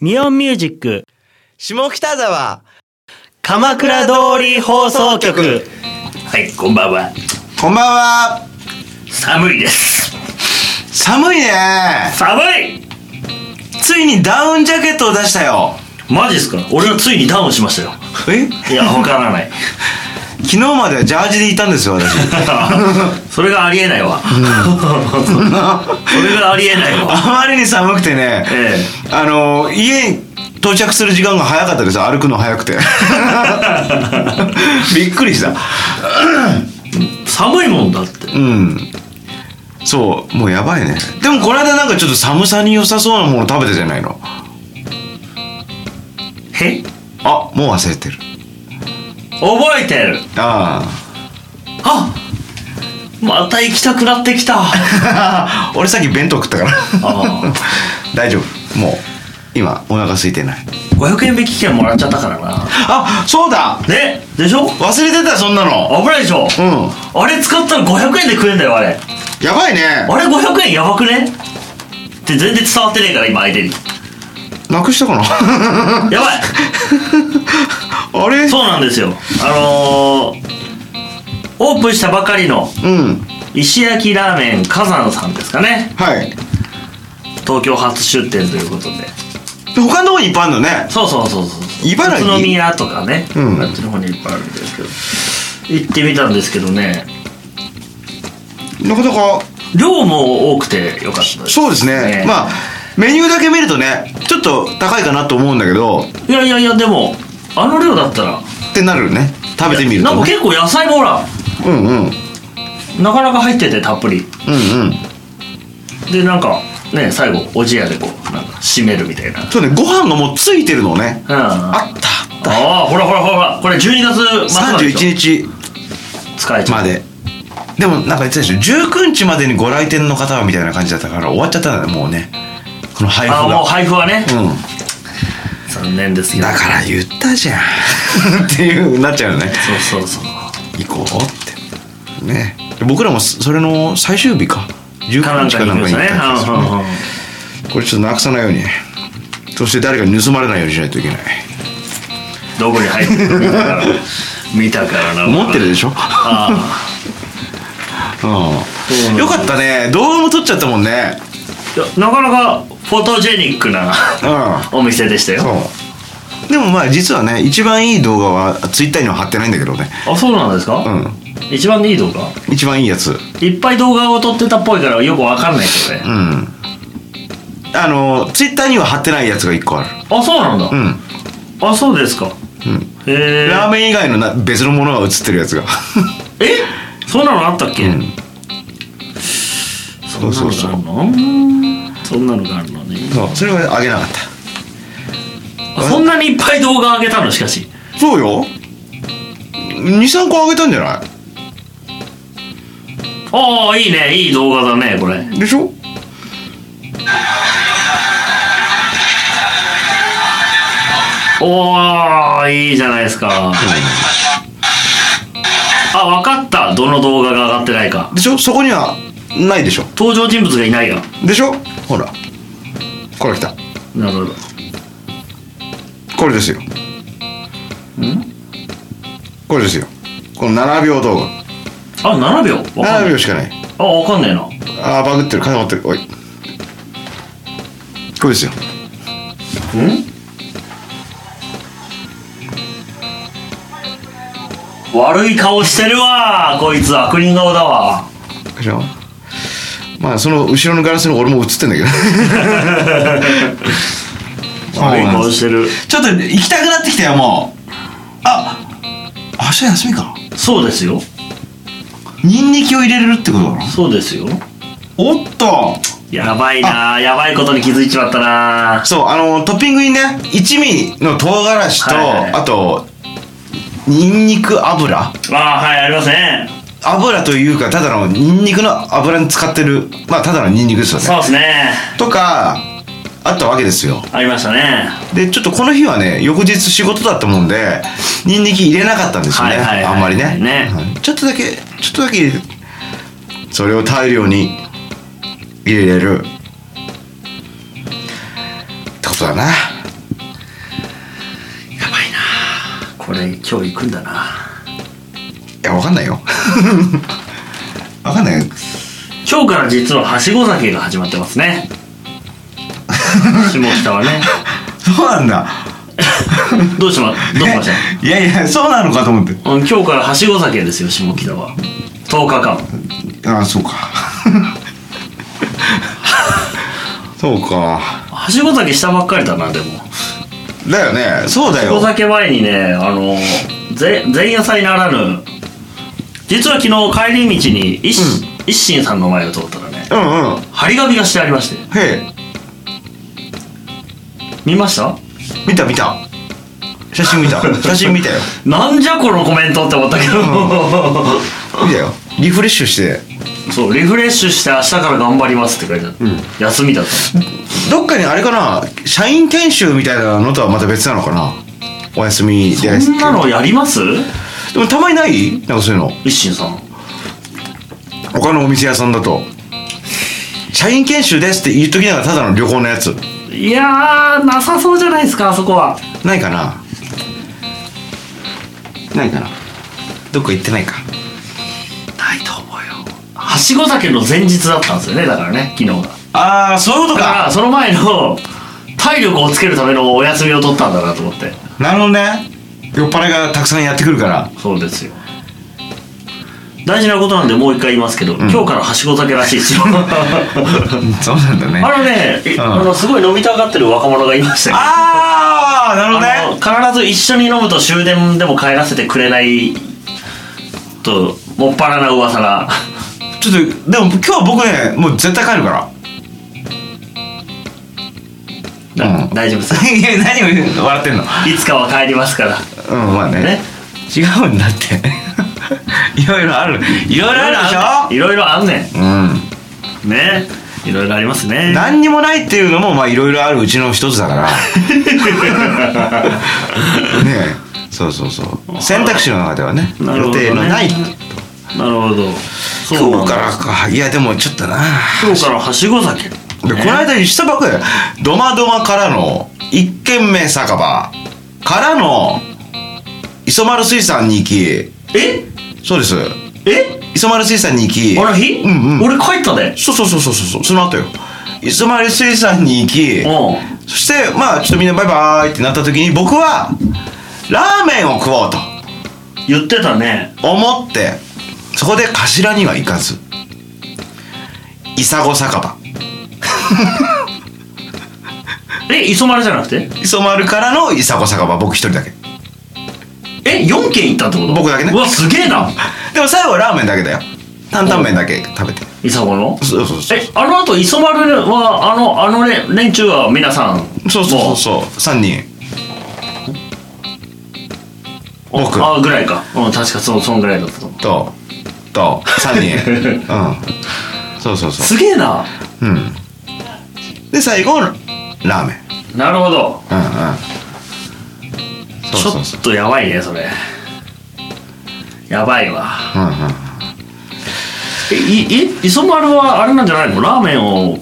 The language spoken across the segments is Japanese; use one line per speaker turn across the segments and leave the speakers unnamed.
ミオンミュージック
下北沢
鎌倉通り放送局
はい、こんばんは。
こんばんは
寒いです。
寒いね
寒い
ついにダウンジャケットを出したよ
マジですか俺はついにダウンしましたよ。
え
いや、わからない。
昨日まではジャージでいたんですよ私
それがありえないわ。 それがありえな いわ。
あまりに寒くてね、
え
あの家に到着する時間が早かったです歩くの早 くてびっくりした
え寒いもんだって。
うんそうもうやばいねでもこの間なんかちょっと寒さに良さそうなもの食べたじゃないの
へ
あもう忘れてる
覚えてる。
あ
あまた行きたくなってきた。
あ俺さっき弁当食ったから
あ
大丈夫もう今お腹空いてない
500円引き券もらっちゃったか らな。
あそうだ
ねでしょ
忘れてたそんなの
危ないでしょ
うん
あれ使ったら500円で食えんだよ、あれ。
やばいね
あれ500円やばくねって全然伝わってねえから今相手に
なくしたかな
やば
あれ
いそうなんですよあのー、オープンしたばかりの
うん
石焼きラーメン火山さんですかね
はい
東京初出店ということで
他のとこにいっぱいあるのね
そうそうそうそう
茨城
宇都宮とかね、
うん
あっちの方にいっぱいあるんですけど行ってみたんですけどね
なかなか
量も多くてよかったです
そうですね
ね
まあメニューだけ見るとねちょっと高いかなと思うんだけど
いやいやいやでもあの量だったら
ってなるね食べてみる
なん
と
か
ね
結構野菜もほら
うんうんうん
なかなか入っててたっぷり
うん
でなんかね最後おじやでこうなんか締めるみたいなうん
そうねご飯がもうついてるのね
あ
あった
あーほらほらほらほらこれ12月末まででしょ
31日
使えちゃう
まででもなんか言ってたでしょ19日までにご来店の方はみたいな感じだったから終わっちゃったんだねもうねこの配布
あーもう
が
配布はね、
うん
残念ですけど
だから言ったじゃん っていう風になっちゃうよね
そうそうそう
行こうってねで僕らもそそれの最終日か19
かなん
日
か
かなん
に
か
で
に
す
行っ
ね
たんですよねこれちょっとなくさないようにそして誰かに盗まれないようにしないといけない
うんうんどこに入ってるか見たからな
持ってるでしょ、
あそうなん
う
だ
ん、よかったね動画も撮っちゃったもんね
あいやなかなかフォトジェニックな
うん
お店でしたよ
そうでもまあ実はね一番いい動画はツイッターには貼ってないんだけどね
あそうなんですか、
うん
一番いい動画
一番いいやつ
いっぱい動画を撮ってたっぽいからよくわかんないけどね、
うんあのツイッターには貼ってないやつが一個ある
あそうなんだ、
うん
あそうですか、
うん
へえ
ラーメン以外のな別のものが映ってるやつが
えそんなのあったっけ、
ん
そんなのがあるのそんなのがあるのね
そうそれはあげなかった
あそんなにいっぱい動画上げたのしかし
そうよ23個あげたんじゃな
ああいいねいい動画だねこれ
いでしょ
おおいいじゃないですかあわかったどの動画が上がってないか
でしょそこにはないでしょ
登場人物がいないや
でしょほらこれ来た
なるほど
これですよこれですよこの7秒動
あ7秒わ
画
かん
7
ない
秒しかない
あわかんないな
ああバグってる固まってるおいこれですよ
悪い顔してるわこいつ悪人顔だわ
でしょまあその後ろのガラスの俺も映ってんだけどそう
悪い
なん
顔
です
してる
ちょっと行きたくなってきたよもうあ明日休みか
そうですよ
ニンニクを入れれるってことかな
そうですよ
おっと
やばいなやばいことに気づいちまったな
そうあのトッピングにね一味の唐辛子と、
はいはい
あとニンニク油
ああはいありますね
油というかただのニンニクの油に使ってるまあただのニンニクですよ
そ
ね
うですね
とかあったわけですよ
ありましたね
でちょっとこの日はね翌日仕事だったもんでニンニク入れなかったんですよ
は
ね、
いはいはい
あんまりね
ね
はいちょっとだけちょっとだけ入れるそれを大量に入れれるってことだな
これ今日行くんだな。
やわかんないよ わかんないよ
今日から実ははしご酒が始まってますね。下北 はね。
そうなんだ
どうしま、どうしました
いやいやそうなのかと思って
うん今日からはしご酒ですよ、下北は。10日間。
ああそうか そうか
はしご酒したばっかりだな、でも。
だよねそうだ
お
よ
酒前にねあのぜ前夜祭ならぬ実は昨日帰り道に一,、一心さんの前を通ったらね
うんうん
張り紙がしてありまして
へえ
見ました
見た見た写真見た写真見たよ
なんじゃこのコメントって思ったけど、
見たよリフレッシュして
そうリフレッシュして明日から頑張りますって書いてある、休みだったの
どっかにあれかな社員研修みたいなのとはまた別なのかなお休みで
そんなのやります
でもたまにないなんかそういうの
一心さん
他のお店屋さんだと社員研修ですって言っときながらただの旅行のやつ
いやーなさそうじゃないですかあそこは
ないかなないかなどっか行ってないか
ないと思うよはしご酒の前日だったんですよねだからね昨日が
ああそういうこと
だか
から
その前の体力をつけるためのお休みを取ったんだなと思って
なるほどね酔っ払いがたくさんやってくるから
そうですよ大事なことなんでもう一回言いますけど、今日からはしご酒らしいですよあ
そうなんだね
のね、い
うん
あのすごい飲みたがってる若者がいましたよ
ああなるほ
あ
ど
の
ね
必ず一緒に飲むと終電でも帰らせてくれないともっぱらな噂が
ちょっとでも今日は僕ねもう絶対帰るから
な
うん
大丈夫です
いや何を言うの笑ってんの
いつかは帰りますから
うんまあね
ね
違うんだって いろいろあるいろいろあるでし
いろいろあんね
ょうん
んねいろいろありますね
何にもないっていうのもまあいろいろあるうちの一つだからねえそうそうそう選択肢の中ではね
なる
予
ほどね
定のない
なるほどそうなん
今日
だ
からかいやでもちょっとな
今日からはしご酒
でこの間にしたばっかりだよドマドマからの一軒目酒場からの磯丸水産に行き
え
そうです
え
磯丸水産に行き
あの日、
うんうん
俺帰ったで
そうそうそうそうそうその後よ磯丸水産に行き
う
そしてまあちょっとみんなバイバーイってなった時に僕はラーメンを食おうと
ん言ってたね
思ってそこで頭には行かずイサゴ酒場
え磯丸じゃなくて
磯丸からのイサゴ酒場僕一人だけ
え四4軒行ったってこと
僕だけね
うわすげえな
でも最後はラーメンだけだよ担々麺だけ食べて
磯丸の
そうそうそう
えあの後磯丸はあのあの、ね、連中は皆さん
そうそうそうそう3人
もう
僕
あぐらいかうん確かそうそんぐらいだったと思
とと3人 うんそうそう
う
そ
すげえな
ううんで最後ラーメン
なるほど
うんうんそうそうそう
ちょっとやばいねそれやばいわ
うんうん
えいい磯丸はあれなんじゃないのラーメンを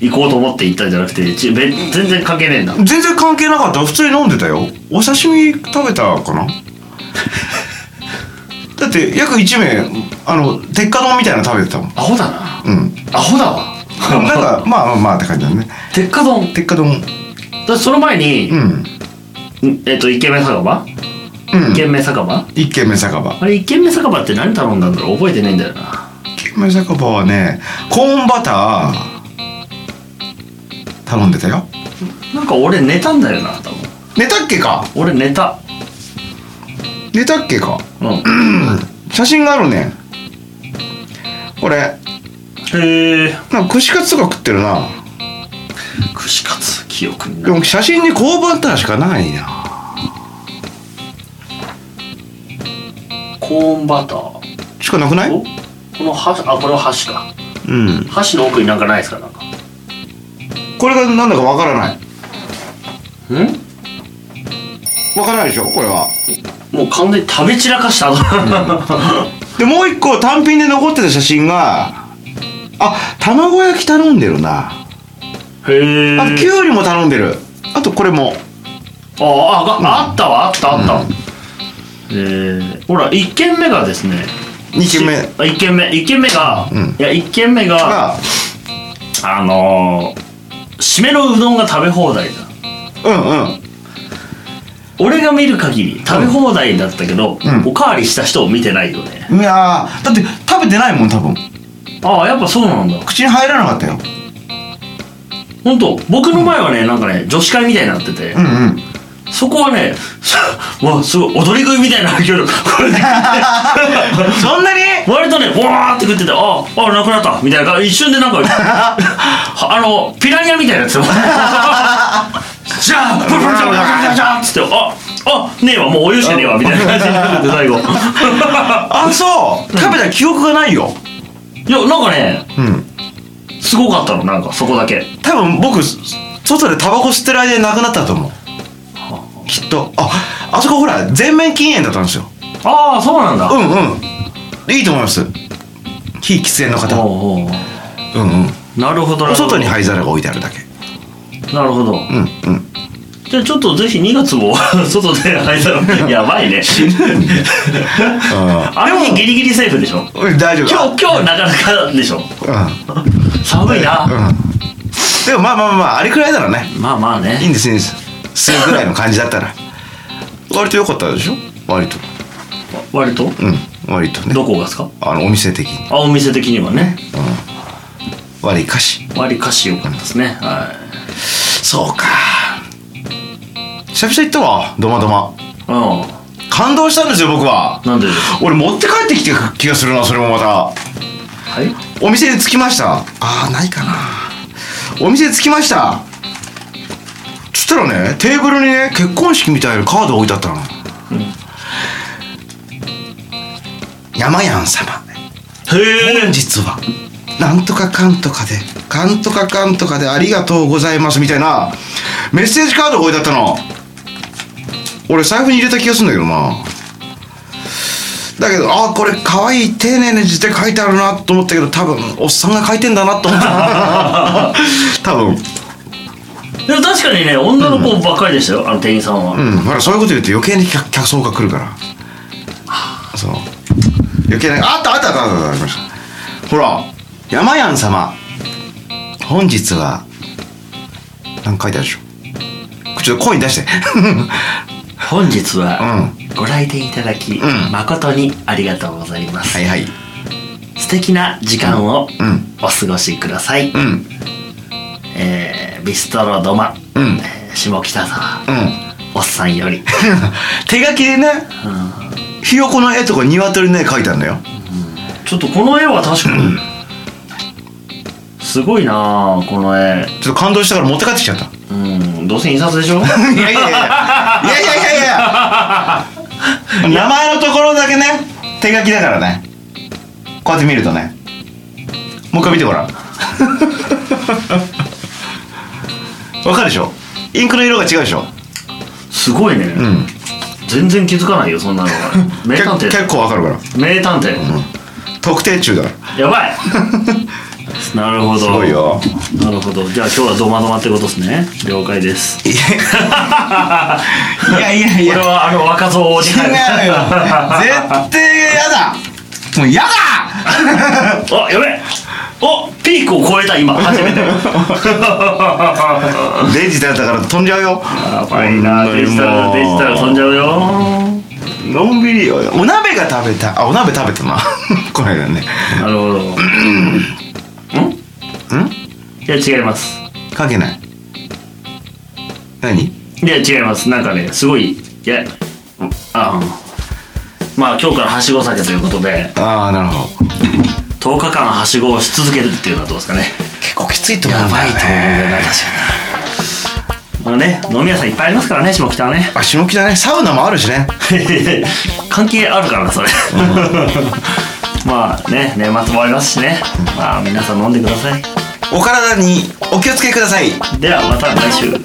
行こうと思って行ったんじゃなくてちべ全然関係ねえんだ
全然関係なかった普通に飲んでたよお刺身食べたか なだって約1名あの鉄火丼みたいなの食べてたもん
アホだな
うん
アホだわ
なんかまあまあまあって感じだね
鉄火丼
鉄火丼
だってその前に
う、ん
んえっと一軒目酒場
うん
一軒目酒場、
一軒目酒場
あれ一軒目酒場って何頼んだんだろう覚えてねえんだよな
一軒目酒場はねコーンバター頼んでたよ
なんか俺寝たんだよな多分
寝たっけか
俺寝た
寝たっけか
うん
写真があるねこれ
へえ
なんか串カツとか食ってるな
串カツ記憶に
で
ない
も写真にコーンバターしかないな
コーンバター
しかなくない
おこの箸あこれは箸か
うん
箸の奥になんかないですかなんか
これが何だかわからない
ん
わからないでしょこれは
もう完全に食べ散らかした後
でもう一個単品で残ってた写真があ卵焼き頼んでるな
へえ
あきゅうりも頼んでるあとこれも
ああああったわあったあった、えーほら1軒目がですね
2軒目
あ一軒目一軒目が、
ん
いや1軒目が
が
あのー、締めのうどんが食べ放題だ
うんうん
俺が見る限り食べ放題だったけど、
うん
おかわりした人を見てないよね
いやーだって食べてないもん多分
ああやっぱそうなんだ
口に入らなかったよ
本当僕の前はねなんかね女子会みたいになってて、
うんうん
そこはねわすごい踊り食いみたいな勢いでこれで
そんなに
割とねわーって食っててあああなくなったみたいな一瞬でなんかあのピラニアみたいなやつじゃあブルブルブルブルブルブルっつってああねえわもうお湯しかねえわみたいな感じになってて最後
あそう食べた記憶がないよ
いやなんかね
うん
すごかったのなんかそこだけ
多分僕外でタバコ吸ってる間になくなったと思うきっとああそこほら全面禁煙だったんですよ
ああそうなんだ、
うんうんいいと思います非喫煙の方
おうおう
うん
なるほどなるほど
うん外に灰皿が置いてあるだけ
なるほど
うんうん
じゃあちょっとぜひ2月も 外で入ったらやばいねあれもギリギリセーフでしょ
うん大丈夫
今日今日なかなかでしょ寒いな、
うんうんでもまあまあまあまああれくらいならね
まあまあ
いい
ね
んですいいんです吸うぐらいの感じだったら割と良かったでしょ割と
割と
うん割とね
どこがですか
あのお店的に
あお店的にはね
割りかし
割かし良かったですねはい
そうか久々行ったわドマドマ
う
感動したんですよ僕は
んなんで
俺持って帰ってきてる気がするなそれもまた
はい
お店に着きましたあーないかなお店に着きましたそしたらねテーブルにね結婚式みたいなカード置いてあったの、山やん様
へ
本日はなんとかかんとかでかんとかかんとかでありがとうございますみたいなメッセージカードが置いてあったの俺財布に入れた気がするんだけどなだけどあこれ可愛い丁寧な字で書いてあるなと思ったけど多分おっさんが書いてんだなと思った多分
えでも確かにね女の子ばっかりでしたよ、あの店員さんは、
うんほらそういうこと言うと余計に客客層が来るからそう余計なあったあったあったあったありましたほら山やん様本日は何書いてあるでしょちょっと声に出して
本日は
う
ご来店いただき、
ん
誠にありがとうございます、
はいはい
素敵な時間を
うんうん
お過ごしください、
うん
えービストロドマ、
うん
えー下北沢、
うん
おっさんより
手書きでねひよこの絵とか鶏の絵描いてあるんだよ
ちょっとこの絵は確かにすごいなあこの絵
ちょっと感動したから持って帰ってきちゃった
うんどうせ印刷でし ょ
いやいやいやいやいやいやいやいや名前のところだけね手書きだからねこうやって見るとねもう一回見てごらんわかるでしょインクの色が違うでしょ
すごいね、
うん
全然気づかないよそんなの が名探
け
偵
結構わかるから
名探偵、
特定中だから
やば いなるほど
すごいよ
なるほどじゃあ今日はドマドマってことですね了解です
いやいやいやい
こ
や
れはあの若造おじ
違うよ 絶対やだもうやだ
あやべえおピークを超えた今初 めてや
デジタルだから飛んじゃうよ
ばいなデジタルデジタル飛んじゃうよ
のんびりよお鍋が食べたあお鍋食べたな この間ね
なるほどん
ん
いや違います
関係ない何
いや違いますなんかねすごいいやあうんまあ今日からはしご酒ということで
ああなるほど
10日間はしごをし続けるっていうのはどうですかね
結構きついと思う
や
んだ
ばい
よ
と思うんだよ
ね
な確かにまあね飲み屋さんいっぱいありますからね下北はね
あ下北ねサウナもあるしね
関係あるからなそれ まあね年末も終わりますしねまあ皆さん飲んでください
お体にお気をつけください
ではまた来週